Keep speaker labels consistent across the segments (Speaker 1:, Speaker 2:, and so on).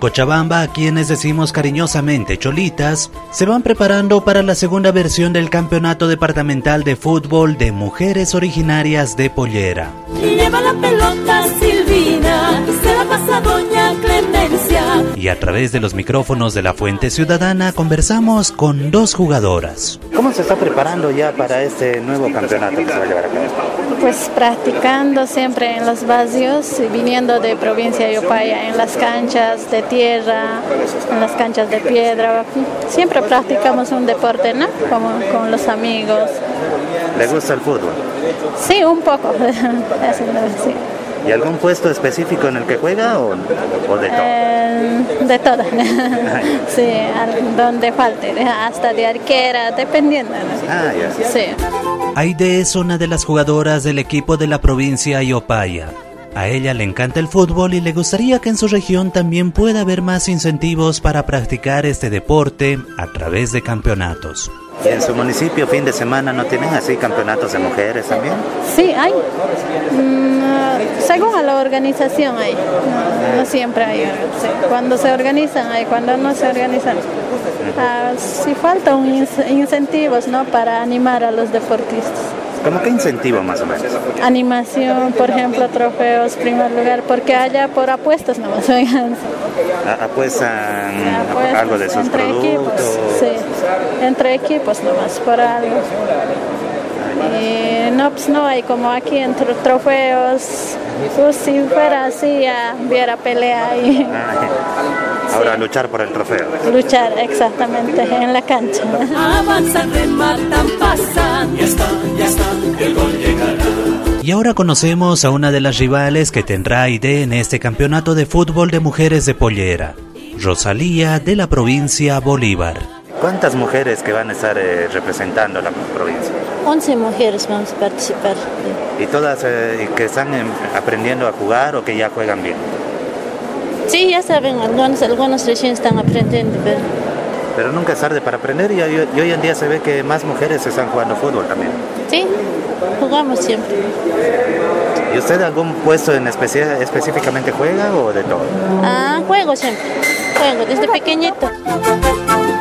Speaker 1: Cochabamba, a quienes decimos cariñosamente cholitas, se van preparando para la segunda versión del Campeonato Departamental de Fútbol de Mujeres Originarias de Pollera.
Speaker 2: Lleva la pelota Silvina y se la pasa a Doña Clemencia.
Speaker 1: Y a través de los micrófonos de la Fuente Ciudadana conversamos con dos jugadoras.
Speaker 3: ¿Cómo se está preparando ya para este nuevo campeonato que se va a llevar a cabo?
Speaker 4: Pues practicando siempre en los barrios, viniendo de provincia de Yopaya, en las canchas de tierra, en las canchas de piedra. Siempre practicamos un deporte, ¿no? Como con los amigos.
Speaker 3: ¿Le gusta el fútbol?
Speaker 4: Sí, un poco. Eso, sí.
Speaker 3: ¿Y algún puesto específico en el que juega o, o de todo?
Speaker 4: Eh, de todo. sí, al- donde falte, hasta de arquera, dependiendo. ¿no?
Speaker 3: Ah, ya.
Speaker 4: Sí.
Speaker 1: Aide es una de las jugadoras del equipo de la provincia Ayopaya. A ella le encanta el fútbol y le gustaría que en su región también pueda haber más incentivos para practicar este deporte a través de campeonatos.
Speaker 3: ¿Y en su municipio fin de semana no tienen así campeonatos de mujeres también?
Speaker 4: Sí, hay. Mm, según a la organización hay. No, no siempre hay. sí. Cuando se organizan hay, cuando no se organizan. Ah, sí falta un ince- incentivos ¿no? para animar a los deportistas.
Speaker 3: ¿Cómo que incentivo más o menos?
Speaker 4: Animación, por ejemplo, trofeos, primer lugar, porque allá por apuestas nomás. oigan.
Speaker 3: A- ¿Apuestan
Speaker 4: Apuestas
Speaker 3: algo de sus
Speaker 4: pues, entre
Speaker 3: productos?
Speaker 4: equipos, sí, entre equipos nomás, por algo. Y no, pues no hay como aquí entre trofeos, pues si fuera así ya hubiera pelea y
Speaker 3: Ah, Ahora luchar por el trofeo.
Speaker 4: luchar exactamente en la cancha.
Speaker 2: Avanzan, rematan, pasan. Ya está, ya está, el gol llegará.
Speaker 1: Y ahora conocemos a una de las rivales que tendrá Aide en este campeonato de fútbol de mujeres de Pollera, Rosalía de la provincia Bolívar.
Speaker 3: ¿Cuántas mujeres que van a estar eh, representando la provincia?
Speaker 5: 11 mujeres vamos a participar.
Speaker 3: ¿Y todas eh, que están em, aprendiendo a jugar o que ya juegan bien?
Speaker 5: Sí, ya saben, algunos, algunos recién están aprendiendo, pero
Speaker 3: Pero nunca es tarde para aprender y, hoy- y hoy en día se ve que más mujeres están jugando fútbol también.
Speaker 5: sí, jugamos siempre.
Speaker 3: ¿Y usted algún puesto en especie- específicamente juega o de todo?
Speaker 5: Ah, juego siempre, juego desde pequeñito.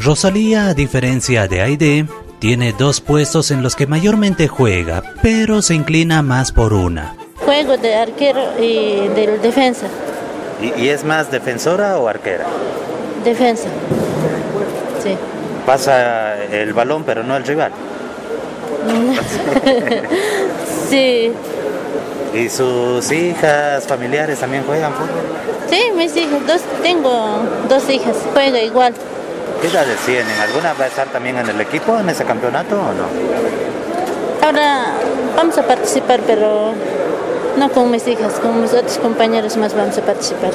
Speaker 1: Rosalía, a diferencia de Aide, tiene dos puestos en los que mayormente juega, pero se inclina más por una.
Speaker 5: Juego de arquero y del defensa,
Speaker 3: ¿Y, y es más defensora o arquera?
Speaker 5: defensa. Sí.
Speaker 3: Pasa el balón pero no el rival.
Speaker 5: Sí,
Speaker 3: ¿Y sus hijas, familiares también juegan fútbol?
Speaker 5: sí, mis hijas, dos, tengo dos hijas, juego igual.
Speaker 3: ¿Qué edades tienen? ¿Alguna va a estar también en el equipo en ese campeonato o no?
Speaker 5: Ahora vamos a participar, pero no con mis hijas, con mis otros compañeros más vamos a participar.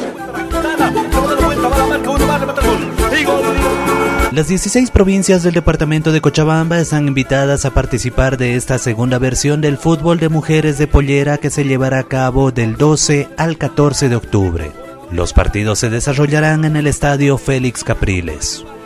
Speaker 1: Las 16 provincias del departamento de Cochabamba están invitadas a participar de esta segunda versión del fútbol de mujeres de pollera que se llevará a cabo del 12 al 14 de octubre. Los partidos se desarrollarán en el estadio Félix Capriles.